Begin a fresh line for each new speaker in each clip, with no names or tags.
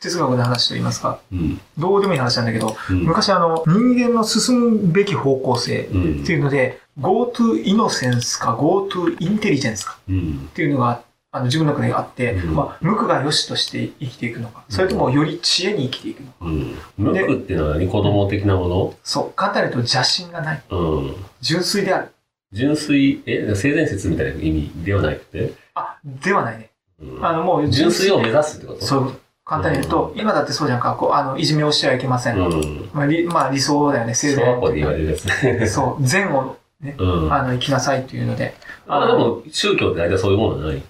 哲学の話といいますか、
うん。
どうでもいい話なんだけど、
うん
昔あの、人間の進むべき方向性
う
っ
ん
ていうので、GoTo イノセンスか GoTo インテリジェンスか
うん。
っていうのが、あの、自分の中であって、
うん
まあ、無垢が良しとして生きていくのか、
うん
それともより知恵に生きていくのか。
うん。無垢っていうのは何子供的なも
そう、簡単に言うと邪心がない。
のうん。
純粋である。
純粋、え、性善説みたいな意味ではなくて、
あ、ではないね。
うん
あの、もう
純粋を目
で
指すってこと。
そうういうこと、簡単に言うと、今だってそうじゃんか、こう、あの、いじめをしてはいけません。
うん。
まあ、理まあ、理想だよね、
小
生
学校で言われるやつね。
そう、善を、
うん。
あの、生きなさいっていうので、
あでも、宗教って大体そういうものじゃない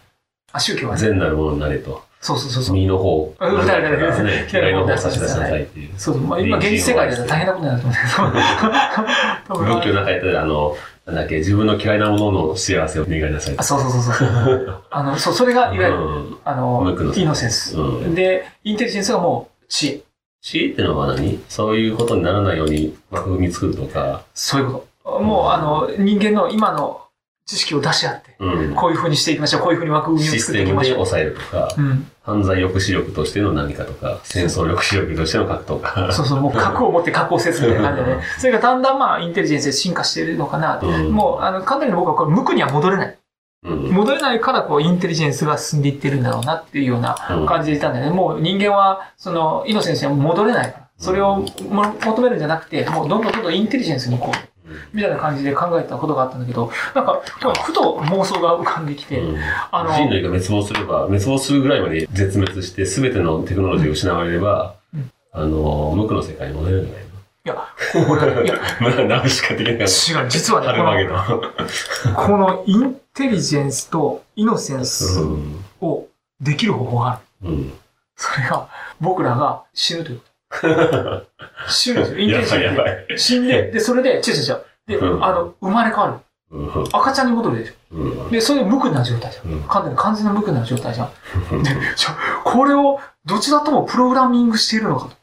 あ、宗教はね、
善なるものになれと。
そうそうそうそう。
右の方。
うん
ね
誰々誰々
左の方を差し出しなさいっていう。
そうそう、まあ、今、現実世界では大変なことになると思うんだけど多分。
仏教の中で、あの、なんだっけ、自分の嫌いなものの幸せを願いなさい
あ、。そうそうそうそう。あの、そう、それが、いわゆ
う
る、
ん
あの
無垢、の
イノセンス。
うん
で、インテリジェンスがもう、知恵。
知恵ってのは何そういうことにならないように枠組み作るとか。
そういうこと。もう、あの、人間の今の知識を出し合って、
うん
こういうふうにしていきましょう、こういうふうに枠組みを
シ
作
ス
って
テ
いき
ム
ま
で
しょう。
抑えるとか、
うん。
犯罪抑止力としての何かとか、戦争抑止力としての核とか。
そうそう、もう核を持って核を説みたいな感じでね。それがだんだんまあ、インテリジェンスで進化しているのかなと。
うん
もう、あの、簡単に僕はこれ、無垢には戻れない。
うん。
戻れないから、こう、インテリジェンスが進んでいってるんだろうなっていうような
うん
感じでいたんだよね。もう人間は、その、イノセンスには戻れないから。それをも求めるんじゃなくて、もうどんどんどんどんインテリジェンスに行こう。みたいな感じで考えたことがあったんだけど、なんか、今日ふと妄想が浮かんできて、
うん
あの、
人類が滅亡すれば、滅亡するぐらいまで絶滅して、すべてのテクノロジーが失われれば、
うん
あの、無垢の世界に戻れるんじゃない
いや、これね、いや、
の まだナウシカ的な感じ。
違う、実は
アルマゲ
ね、
ド
この、このインテリジェンスとイノセン
ン
スをできる方法がある。
うん。うん。
それが、僕らが死ぬということ。死ぬんですよ、インテ
や
リジ
ばい
ェ
や
ンス
ば
で。
い。
死んで、で、それで、違う違う違う。で、
うん
あの、生まれ変わる。
うん。
赤ちゃんに戻るでしょ。
うん。
で、それで無垢な状態じゃん。
うん
完全に完全な無垢な状態じゃん。 で、ちょこれをどちらともプログラミングしているのかと。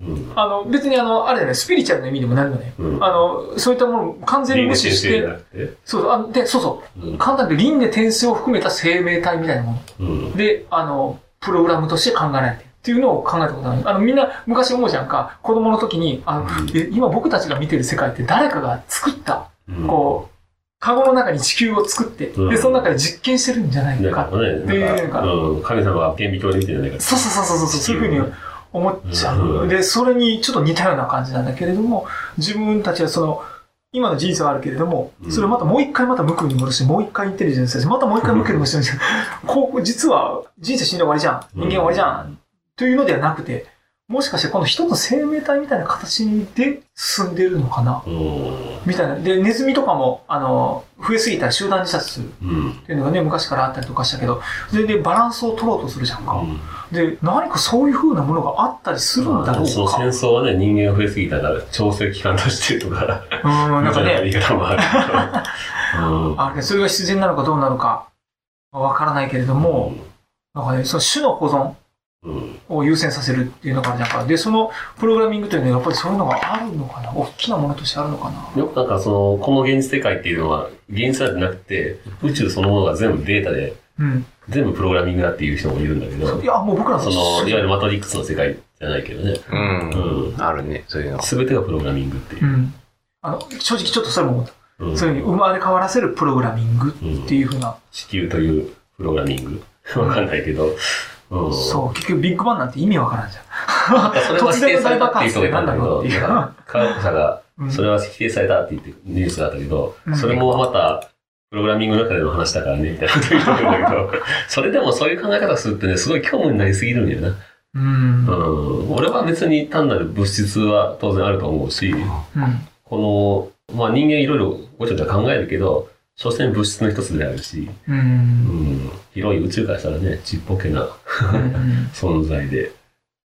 うん。
あの、別にあの、あれだよね、スピリチュアルな意味でも何でもね。
うん
あの、そういったものを完全に無視し
人類の先生じ
て、
ゃなくて。
そうそう、あので、そうそうう、
ん
簡単で輪廻転生を含めた生命体みたいなも
うん
の。。で、あの、プログラムとして考えられてる。っていうのを考えたことがない。あの、みんな昔思うじゃんか、子供の時に、あの、え今僕たちが見てる世界って誰かが作った、
うん
こう、カゴの中に地球を作って、
うん
で、その中で実験してるんじゃない
なん
か
か
っ
ね、
で
なんか、うん、神様は顕微鏡で見てるんじゃないか
そうそうそうそうそう、そういうふうに思っちゃう。
うん
で、それにちょっと似たような感じなんだけれども、自分たちはその、今の事実はあるけれども、
うん
それをまたもう一回また無垢に戻して、もう一回インテリジェンスだし、またもう一回無垢に戻してるんですよ。 こう、実は人生死んで終わりじゃん。人間終わりじゃん。というのではなくて、もしかしてこの一つの生命体みたいな形で進んでるのかな
うん。
みたいな。で、ネズミとかも、あの、増えすぎたら集団自殺するっ
うん。
ていうのがね、昔からあったりとかしたけど、それでバランスを取ろうとするじゃんか。
うん
で、何かそういう風なものがあったりするんだろう
そう、戦
か。
争はね、人間が増えすぎたから、調整期間としてとか、
うん、なんか
みたいな
ね、
言い方もあるけど。うん
あれそれが必然なのかどうなのか、わからないけれども、なんかね、その種の保存
うん、うん。
を優先させるっていうのがあるじゃんか。で、そのプログラミングというのはやっぱりそういうのがあるのかな大きなものとしてあるのかな
よくなんかその、この現実世界っていうのは、現実なんてなくて、宇宙そのものが全部データで、
うん。
全部プログラミングだっていう人もいるんだけ
そう
ど
い、や、もう僕ら
その、いわゆるマトリックスの世界じゃないけどね、
うん。
うん
あるね、そういうの。
すべてがプログラミングっていうう。
ん。あの、正直ちょっとそれも思った。
うん
そういうふうに生まれ変わらせるプログラミングっていうふうな。
地球というプログラミング。 わかんないけど、うん。
そう、結局ビッグバンなんて意味わからんじゃん。
それは否定されたっていう人がいたんだけ
突然の大爆発ってなんだろう
ど、
っていう
なんか科学者が
うん
それは否定されたって言ってニュースがあったけど
うん、
それもまた、プログラミングの中での話だからね、みたいなこと言ってるんだけど、 それでもそういう考え方するってね、すごい興味になりすぎるんだよな。
うん。
う
うん。
ん。俺は別に単なる物質は当然あると思うし、この、まあ人間いろいろごちゃごちゃ考えるけど、所詮物質の一つであるし、
うん
うん広い宇宙からしたらね、ちっぽけな
うん
存在で。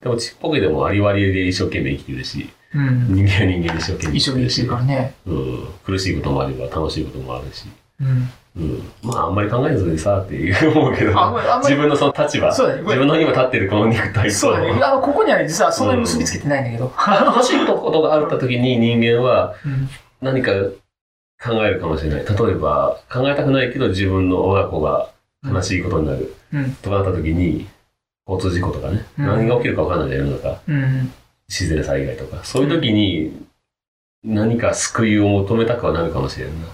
でもちっぽけでもありわりで一生懸命生きてるし、
うん。
人間は人間で一生懸命
一
生
緒
きて
に生
る
きて
し
るか、らね。
うん、苦しいこともあれば楽しいこともあるし、
うん。
うん、まああんまり考えずにさっていう思うけど、
あごめんあんまり
自分のその立場、
そうだねごめ
自
ん
分の今立ってるこの肉体と、
そうだね。あの、ここにはね、実はそんなに結びつけてないんだけど。
楽しいことがあった時に人間は
うん。
何か考えるかもしれない。例えば、考えたくないけど自分の我が子が悲しいことになる、
うん
とかなった時に、交通事故とかね、
うん
何が起きるか分かんないじゃない世の中、
うん。
自然災害とか、そういう時に何か救いを求めたくはなるかもしれんな。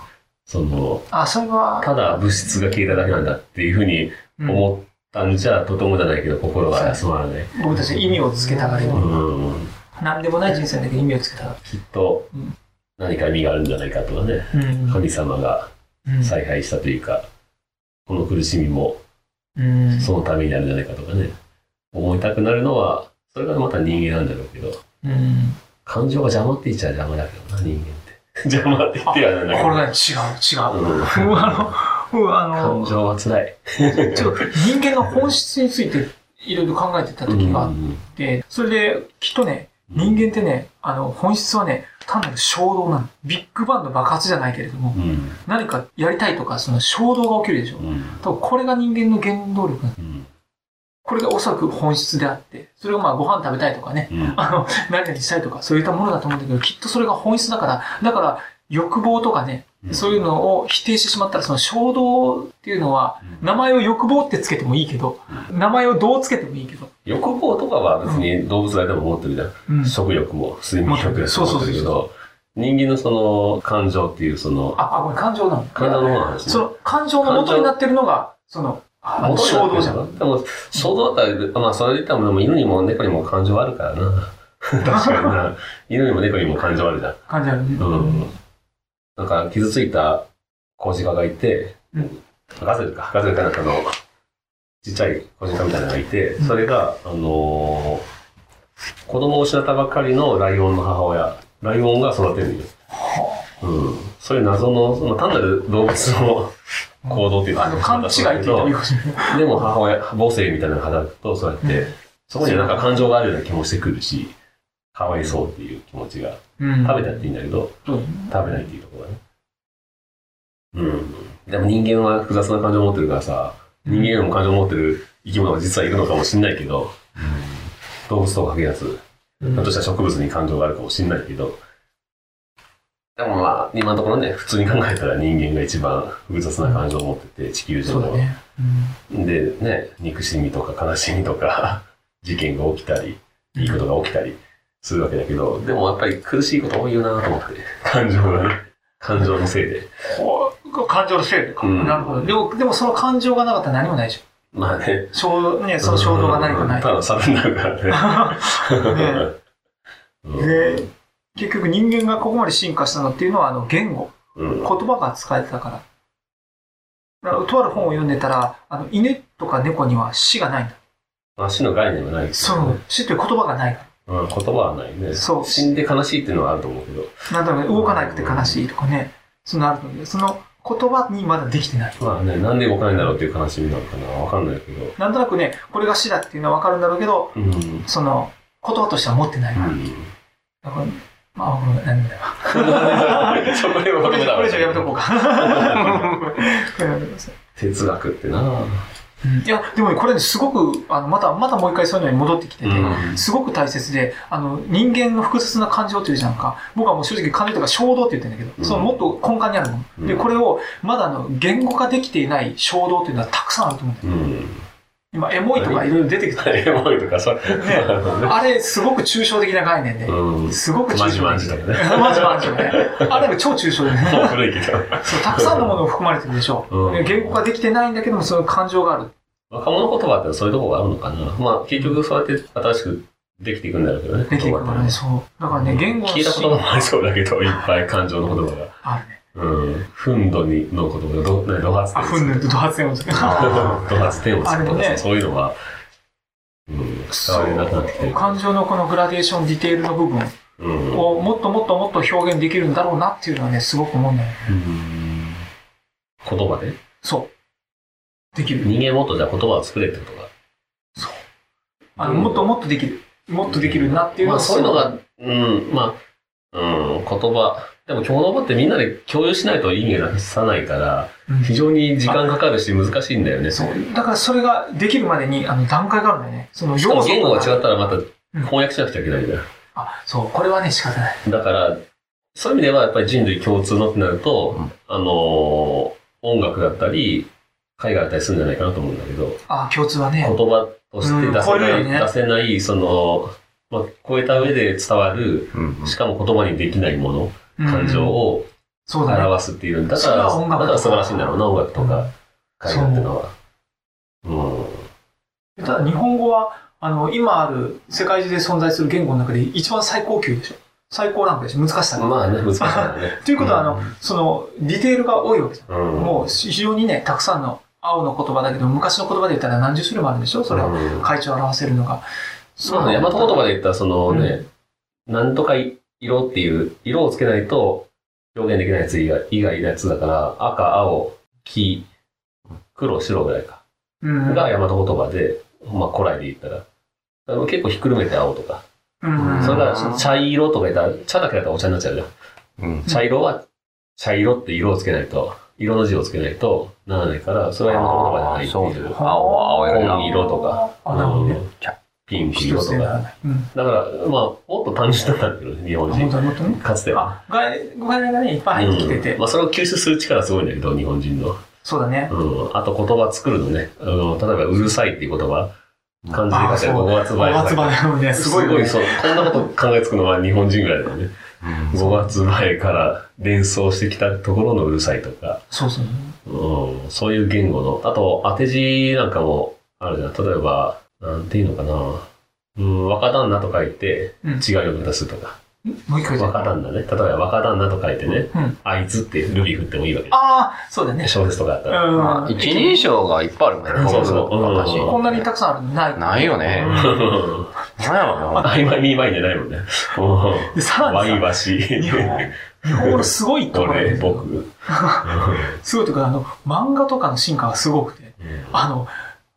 その、
あ、それは、
ただ物質が消えただけなんだっていうふうに
うん
思ったんじゃ、とてもじゃないけど心が休まらない。
僕たち意味をつけたがる
う
よ。
ん、
なんでもない人生だけど意味をつけたがる。
きっと
うん
何か意味があるんじゃないかとかね、
うん
神様が采配したというか、この苦しみも
うん。
そのためになるんじゃないかとかね、思いたくなるのは、それがまた人間なんだろうけど、
うん。
感情が邪魔って言っちゃ邪魔だけどな、人間って。 邪魔って言ってはなんだけ
これ
ど。
ね、違う、違う。
うん
うわ、あの、うわ、あ
感
の、
情は辛い。
ちょっと人間の本質についていろいろ考えてた時があって、それで、きっとね、人間ってね、あの、本質はね、単なる衝動なの。ビッグバンの爆発じゃないけれども、
うん。
何かやりたいとか、その衝動が起きるでしょ
う。ん。
多分これが人間の原動力なの
うん。
これがおそらく本質であって、それがまあご飯食べたいとかね、
うん。
あの、何々したいとか、そういったものだと思うんだけど、きっとそれが本質だから、だから欲望とかね、
うん
そういうのを否定してしまったら、その衝動っていうのは、名前を欲望ってつけてもいいけど、名前をどうつけてもいいけど。
欲望とかは別に動物だでも持ってるじゃん。
うん
食欲も睡眠欲も持ってるけど、人間のその感情っていうその、
あ、あ、これ感情なの。
体の方の話ね
その感情の元になってるのが、その、あの衝動じゃん。
でも、衝動だったら、まあ、それで言ったら、でも犬にも猫にも感情はあるからな。確かにな。犬にも猫にも感情はあるじゃん。
感情あるね。
うん。なんか、傷ついた小鹿がいて、
うん
ガゼルか、ガゼルかなんかの、ちっちゃい小鹿みたいなのがいて、
うん
それが、あのー子供を失ったばっかりのライオンの母親、ライオンが育てるんです。うん。そういう謎の、まあ、単なる動物の行動っていう
あの、勘違いって言ってもいいかもしれない。
でも母親、母性みたいなのが働くと、そうやって、そこにはなんか感情があるような気もしてくるし、かわいそうっていう気持ちが、
うん
食べたっていいんだけど、
うん
食べないっていうところがね。うん。でも人間は複雑な感情を持ってるからさ、人間よりも感情を持ってる生き物が実はいるのかもしれないけど、動物とか限らず、ひ
うん
ょっとしたら植物に感情があるかもしれないけど、でもまあ、今のところね、普通に考えたら人間が一番複雑な感情を持ってて、地球上
そうだ
の
ね。
でね、憎しみとか悲しみとか、 事件が起きたり、いいことが起きたりするわけだけど、でもやっぱり苦しいこと多いよなと思って、感情がね、感情のせいで。
こう感情のせいでか、
うん
なるほど。でも、でもその感情がなかったら何もないでしょ。
まあね、
衝動、ね、その衝動が何かない。
ただサブになる からね。
で、結局人間がここまで進化したのっていうのは、あの、言語、
うん
言葉が使えてたから。だからとある本を読んでたら、あの、犬とか猫には死がないんだ。
足の概念はないけど
そう、死という言葉がないか
うん、言葉はないね。
そう
死んで悲しいっていうのはあると思うけど。
ら。なんだろうね、動かなくて悲しいとかね、そのあるので、その言葉にまだできてない。
まあね、なんで動かないんだろうっていう悲しみなのかなわかんないけど。
なんとなくね、これが死だっていうのはわかるんだろうけど、
うん。うん。
その、言葉としては持ってないから。 だから、まあ、ごめん何でもないわ。
そこで
これ以上これ以上やめとこう か。これやめてください
哲学ってな、
うんいや、でもねこれね、すごく、あの、また、またもう一回そういうのに戻ってきてて、
うん
すごく大切で、あの、人間の複雑な感情っていうじゃんか、僕はもう正直感情とか衝動って言ってんだけど、
うん
そのもっと根幹にあるもの。
うん
で、これを、まだあの、言語化できていない衝動っていうのはたくさんあると思うんだよ。
うん、
今、エモいとかいろいろ出てき た。
エモいとかさ、ね
あれ、すごく抽象的な概念で、
うん、
すごく抽
マジ
象
マ
的
ジだよ
マ
ね。
ジマジだね。あれ、超抽象だよね
も。う古いけど。
そうたくさんのものが含まれてるでしょう。
うん
言語化できてないんだけども、その感情がある。
若者言葉ってそういうとこがあるのかな。まあ、結局そうやって新しくできていくんだろうけどね。
できてくる
言葉
か
って
らね、そう。だからね、言語の
聞いたこともありそうだけど、いっぱい感情の言葉が。
あるね。
うん。ふんどにの言葉が、ど、ね、ドハツ
あ、ふんぬんと発音する。
ドハツテンをすると
あれ
か、
ね
そういうのは、うん、伝わりなくなってきてる。
感情のこのグラデーション、ディテールの部分
うん。
をもっともっともっと表現できるんだろうなっていうのはね、すごく思うんだよね。
うん言葉で
そう。できる。
人間もっとじゃあ言葉を作れってことか。
あの、もっともっとできる。もっとできるなっていう
ま
の
あ
は
そういうのが、うん、まあ、うん、言葉。でも共同語ってみんなで共有しないと意味がなさないから、
うん
非常に時間かかるし難しいんだよね。
そう。だからそれができるまでに、あの、段階があるんだよね。その
しか
要
も
素
言語が
が
違ったらまた翻訳しなくちゃいけないんだよ。
あ、そう。これはね、仕方ない。
だから、そういう意味ではやっぱり人類共通のってなると、
うん
あのー音楽だったり、絵画だったりするんじゃないかなと思うんだけど、
あ、共通は
言
ね。
葉として出
うん
せ
超
な
える
い、
よね
出せない、その、まあ、超えた上で伝わる、
うんうん
しかも言葉にできないもの、
うん
感情を
そうだね。
表すっていう、だ
そ
か
れ
ら、
は音楽
だから素晴らしいんだろうな、音楽と
う
か、絵画っていうのは。うん。
ただ日本語は、あの、今ある、世界中で存在する言語の中で一番最高級でしょ。最高ランクでしょ。難しさが。。
まあね、難しいんだよね
ということは、あの、その、ディテールが多いわけじゃん。
うん、
もう、非常にね、たくさんの青の言葉だけど、昔の言葉で言ったら何十種類もあるんでしょそれを、
うん
会長を表せるのが。
そうだね、大和言葉で言ったら、そのね、なんとか色っていう、色をつけないと表現できないやつ以外以外のやつだから、赤、青、黄、黒、白ぐらいか。
うん。
が大和言葉で、まあ古来で言ったら。あの結構ひっくるめて青とか。
うん。
それ
が
から茶色とか言ったら、茶だけだったらお茶になっちゃうじゃん。
うん
茶色は、茶色って色をつけないと、色の字をつけないとならないから、それは大和言葉じゃないっていう。
あーそうだよ
青、青色
紺
色とか。
あ、なるほど
う
ね。
ん
茶
ピンク
一
色
つ
と
で
か。
ならない。うん。
だから、まあ、もっと単純だったんだけどね、日本
本
人。
当にもっとね。
かつては。
あ、外、外来がね、いっぱい入ってきてて
うん。まあ、それを吸収する力すごいんだけど、日本人の。
そうだね。
うん。あと、言葉作るのね。あの例えば、うるさいっていう言葉。漢字で書いてある
あーそう
語月
五
前
月場なのね、す
す
ご
ご
い
い、
よね。
そう。こんなこと考えつくのは日本人ぐらいだよね。
うん
5月前から連想してきたところのうるさいとか、
そうそう。
うん、そういう言語の、あと当て字なんかもあるじゃん。例えば、なんていうのかな。うん、若旦那と書いて、
うん
違う読み方するとか。
もう一回じゃ
若
あ。
旦那ね。例えば若旦那と書いてね、
うん。
あいつってルビー振ってもいいわけ
ああ、そうだね。
小説とかあったら。
まあ
うん。
一人称がいっぱいあるもんね、
そうそう
僕私
うん
こんなにたくさんあるのない。
ないよね。なんやろな。
曖昧に曖昧じゃないもんね。うん
で、さら
わ
に
い
さ
わし。
日本日本語のすごいところ
俺、
で、
僕。うん
すごいというか、あの、漫画とかの進化がすごくて、あの、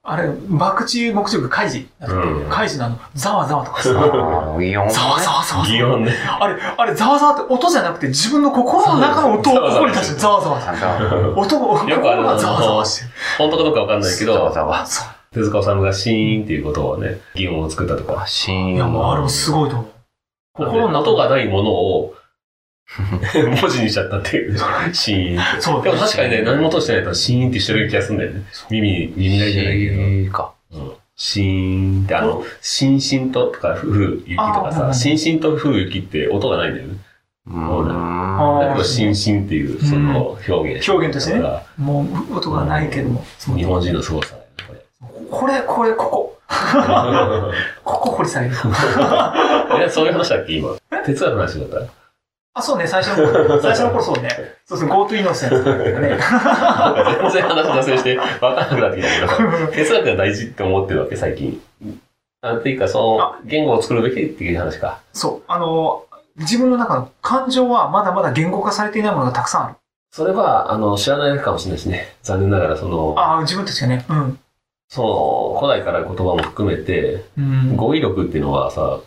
あれ、爆地、目中、カイジだったっ
う
け。
ん
カイジのあの、ざわざわとかさ、ざ
うん
わ
あー擬音ね
ざわざわ。
擬音ね。
あれ、あれ、ざわざわって音じゃなくて、自分の心の中の音をここに出して、ざわざわ
ざわ
音を、心がざわざわしてる。
本当かどうかわかんないけ
ざわ
ど、
ざわ。
そ
手塚治虫がシーンっていうことをね、擬音を作ったとか。
シ
う
ー
いや、もうあれもすごいと思う。心の
音
中
がないものを 文字にしちゃったって いう。シーンって。
そう
でも確かにね、何も音してないとシーンってしてる気がするんだよね。耳に、耳鳴りじゃないけ
いか。
ど。うんシーンって、あの、しんしんととか、ふう雪とか
あー
さ、しんしんとふう雪って音がないんだよね。
う
そうだ
あー
ん。
だけど、しんしんっていう、その表現。
表現としてね
だか
もう音がないけども、そ
ら
の
日本人の凄さだよね、
こ
これ。
れ、これ、ここ、ここ掘り下げる。
え、そういう話だっけ、今。哲学の話だった
あ、そうね、最初の、最初の頃そうね。そうそう、GoTo イノセンスとかね。
全然話脱線して分からなくなってきたけど、哲学が大事って思ってるわけ、最近。あっていうか、そ
あ
の、言語を作るべきっていう話か。
そう、あの、自分の中の感情はまだまだ言語化されていないものがたくさんある。
それは、あの、知らないかもしれないしね。残念ながら、その、
ああ、自分たちがね。うん。
その、古代から言葉も含めて、
うん。
語彙力っていうのはさ、思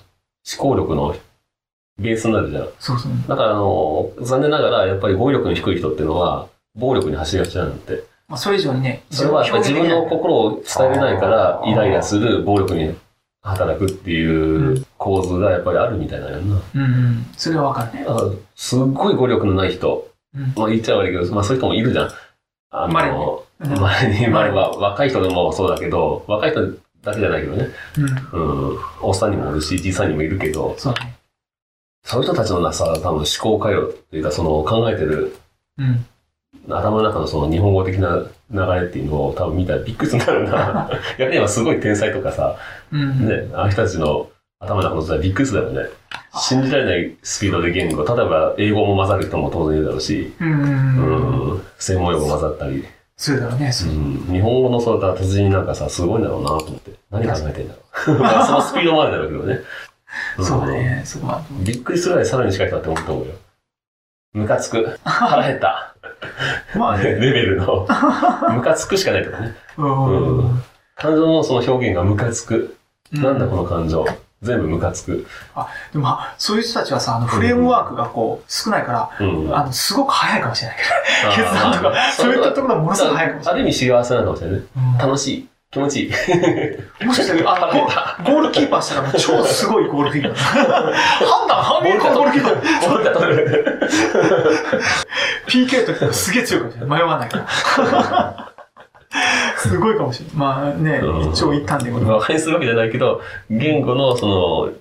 考力のベースになるじゃん。
そうそう。
だから、あの、残念ながら、やっぱり語彙力の低い人っていうのは、暴力に走りがちなんだって。
まあ、それ以上にね、
それはやっぱり自分の
表現できない
心を伝えれないから、イライラする、暴力に働くっていう構図がやっぱりあるみたいなんやんな。
うんうん。それはわかるね。
だからすっごい語力のない人、
うん
まあ言っちゃ悪いけど、まあそういう人もいるじゃん。あ
まれに
の、
うん
前に、前は若い人でもそうだけど、若い人だけじゃないけどね、
うん。
うん、おっさんにもおるし、じいさんにもいるけど、
そうだね。
そういう人たちのなさ、多分思考回路っていうか、その考えてる
うん。
頭の中のその日本語的な流れっていうのを多分見たらびっくりするんだろう な。逆に今すごい天才とかさ、
うん。
ね、あの人たちの頭の中の状態びっくりするだろうね。信じられないスピードで言語、例えば英語も混ざる人も当然いるだろうし、
うんう。
うん
うん。
ん、専門用語混ざったり、
そうだろうね。
う、
そうん
日本語のそうだ達人なんかさ、すごいんだろうなと思って、何考えてんだろう。 まあそのスピードもあるんだろうけどね。ん
そうだ。ね。そこは。
びっくりするぐらいさらに近い人だって思うと思うよ。ムカつく。腹減った。
まあ
レ
ね。
ベル の。ムカつくしかないとかね。
うん。
感情のその表現がムカつく。なんだこの感情。全部ムカつく。
でも、まあそういう人たちはさ、あの、フレームワークがこう、少ないから、
うん。
あの、すごく早いかもしれないけ
あ
ど、決断と
ーまあ
か、そういったところはものすごく早いかもし
ある意味幸せなのかもしれないね。
れない。
楽しい。気 持ちいい。
うんもしかしたら、 あの、ゴーゴールキーパーしたらもう超すごいゴールキーパー。 判断、判断ゴールキーパー。
思った通り
PK とかすげえ強いかもしれない。迷わないから。すごいかもしれない。まあね
う、ん
一長一短でございます。
馬鹿にするわけじゃないけど、言語のその、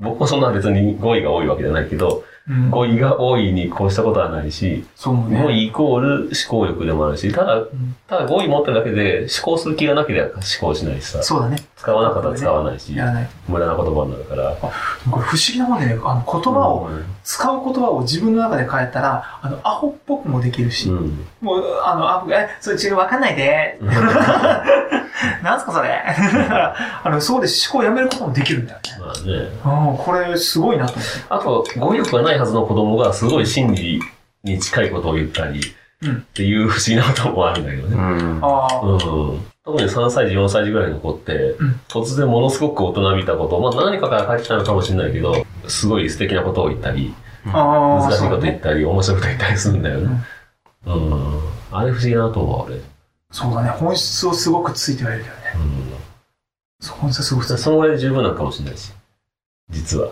僕もそんな別に語彙が多いわけじゃないけど、
うん
語彙が多いにこうしたことはないし、
そう思う
語
ね。
彙イコール思考力でもあるし、ただ
ん、
ただ語彙持ってるだけで思考する気がなければ思考しないしさ、
そうだね。
使わなかったら使わないし、
やらない。
無駄な言葉になるから。
これ不思議なもんでね、あの、言葉を、
う
使う言葉を自分の中で変えたら、あの、アホっぽくもできるし、
ん。
もう、あの、アホ、え、それ違う、わかんないで、
うんま
なんすかそれ。 あの、そうで思考をやめることもできるんだよね。
あね。
うん、これすごいなと思って。
あと、語彙力がないはずの子供がすごい心理に近いことを言ったり、
うん
っていう不思議なこともあるんだけどね。
ん。
ああ、
うん。特に3歳児、4歳児ぐらいの子って、
ん
突然ものすごく大人びたこと、まあ何かから帰ってきたのかもしれないけど、すごい素敵なことを言ったり、
ああ、
難しい
そう
こ
だ
と言っ
ね。
たり、面白いこと言ったりするんだよね。うん。あれ不思議だなと思う、俺。
そうだね。本質をすごくついてはいるよね。
う
そう本質をすごくついて
ん。そのぐらいで十分なのかもしれないし、実は。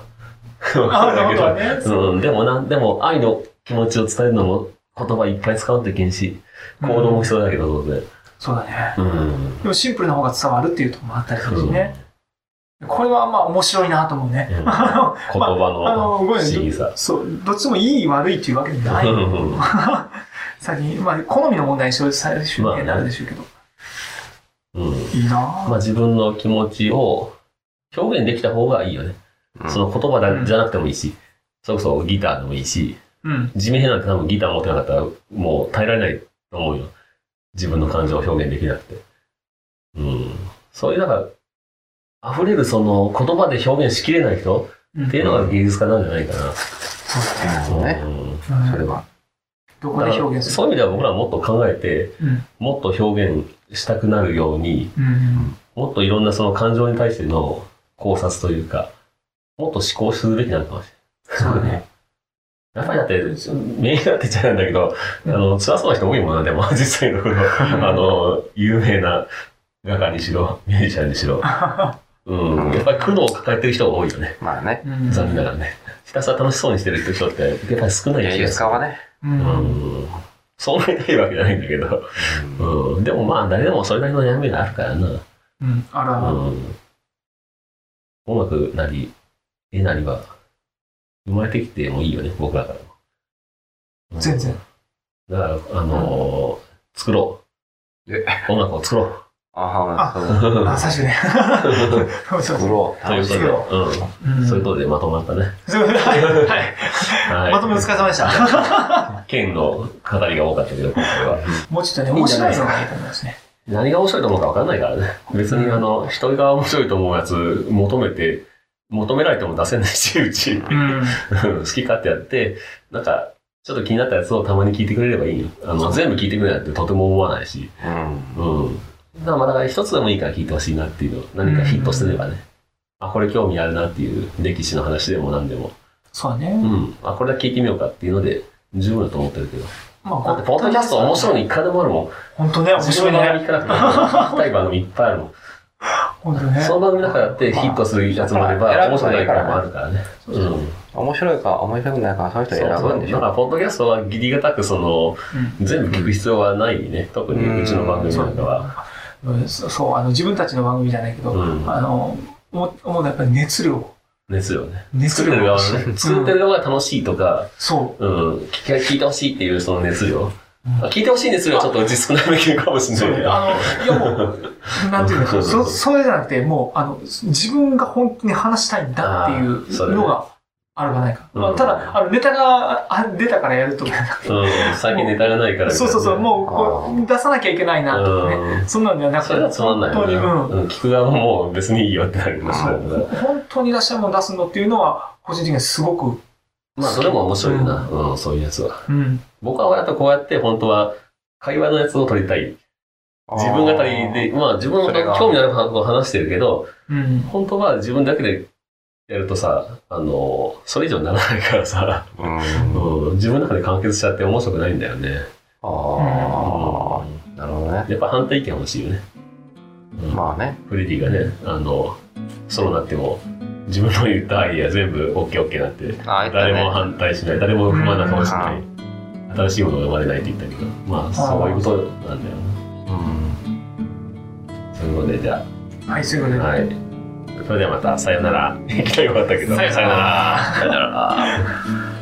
ああ、な
だ
る
け
ほ
ど
どね。
うん、でもなん、でも愛の気持ちを伝えるのも言葉いっぱい使うといけんし、行動も必要だけど、当然。
そうだね。
うん。
でもシンプルな方が伝わるっていうところもあったりするしね。これはまあ面白いなと思うね。
うん
あ
言葉
の、
の
ご
不
め
思議
ん
さ。
そう、どっちもいい悪いっていうわけじゃない。
うん
最近、まあ、好みの問題に正直最終的になるでしょうけど。
うん
いいなぁ。
まあ自分の気持ちを表現できた方がいいよね。
うん
その言葉だじゃなくてもいいし、それこそギターでもいいし、
うん。
地面なんて多分ギター持ってなかったらもう耐えられないと思うよ。自分の感情を表現できなくて。うん。そういうなんか、溢れるその言葉で表現しきれない人
うん
っていうのが芸術家なんじゃないか
そうだ
な
ね。
るほどね。
な。うん
うん
それは。
どこで表現す
そういう意味では僕らはもっと考えて、
るうん。
もっと表現したくなるように、
うん。
もっといろんなその感情に対しての考察というか、もっと思考するべきなのかもしれ
そ
な
う
い。
だね。
やっぱりだって、名誉だって言っちゃなんだけど、あの、辛そうな人多いもんな、でも、実 際のところ、あの、有名な画家にしろ、ミュージシャンにしろ、うん、やっぱり苦悩を抱えてる人が多いよね。
まあね。
うん
残念ながらね。ひたすら楽しそうにしてる人って、やっぱり少ない気がす
芸
る
術家はね。
う。
うんんそうなりたいわけじゃないんだけど、うん、でもまあ誰でもそれなりの悩みがあるからな、う
うん。あら、
ん、音楽なり絵なりは生まれてきてもいいよね僕らからも、うん
全然。
だからあのー作ろう
え
音楽を作ろう
ああ、そう。
あ、最初ね。 そうそう
作
そう。
ろう。
という
楽
こと
し
作
で、
み
ろ
う、
うんん
そういうことでまとまったね、
そういうことではいはい。
はい、
まとめお疲れ様でした。
県の語りが多かったけど今回は
もうちょっとね、面白いのがいいと思いますね。
何が面白いと思うか分かんないからね。別にあの、人が面白いと思うやつ求めて、求められても出せないし、うち。
うん。
好き勝手やって、なんか、ちょっと気になったやつをたまに聞いてくれればいいよ。あの、全部聞いてくれないってとても思わないし。
うん。
うん。だからまあだから一つでもいいから聞いてほしいなっていうの。何かヒットすればね。あ、これ興味あるなっていう歴史の話でも何でも。
そうだ
う
ね。
ん。あ、これだけ聞いてみようかっていうので、十分だと思ってるけど。
ま
だって、ポッドキャスト面白いの一回でもあるもん。
本当ね、面白いね。
自分の番組聞かなくても聞きたい番組いっぱいあるもん。
本当ね。
その番組の中だってヒットするやつもあれば、
まあ
面白くないからもあるからね。うん。そう
面白いか面白くないか、そういう人選ぶんでし
だか
ょ。
ら、ポッドキャストはギリがたく、その、全部聞く必要はないね。特にうちの番組なんかは。
うんそそう、あの、自分たちの番組じゃないけど、
うん
あの、思思うのはやっぱり熱量。
熱量ね。
熱
作っ
量
てる側のね。作ってる側が楽しいとか、
そ
うん、聞き聞いてほしいっていうその熱量。
ん
あ聞いてほしい熱量はちょっとうち少なめかもし
う。
れ
そう
ないけど。
あの、い やもう、なんていうの、そ、それじゃなくて、もう、あの、自分が本当に話したいんだってい
あーそうれね
のがあるかないか。
うん
まあ、ただ、あの、ネタがあ出たからやるとか、
うん、最近ネタがないから、
そうそうそう、もうこう、出さなきゃいけないなとかね。
うん
そんなんじゃなくて、
それはつまんないよね。
本当に、
うん、聞く側ももう別にいいよってなりますよね。
うん。本当に出したいもの出すのっていうのは、個人的にはすごく、
まあ、それも面白いよな。うん、そういうやつは。
うん。
僕は割とこうやって本当は会話のやつを撮りたい自分語りで、まあ自分の興味のあることを話してるけど、
うん。
本当は自分だけでやるとさ、あの、それ以上にならないからさ、
うん。
うん自分の中で完結しちゃって面白くないんだよね。
ああ、なるほどね。
やっぱ反対意見欲しいよね。うん
まあね。
フレディがね、あの、そうなっても、自分の言ったアイデア全部 OKOK になって、
ああ、言った
誰も
ね。
反対しない、誰も不満な顔しな
う
い、新しいものが生まれないって言ったけど、まあそういうことなんだよな。
うん。
そういうことで、じゃ
はい、そういうこと
あ、
で。
はい。 それではまた、さよなら。行きたいよかったけど、
さよなら
さよなら。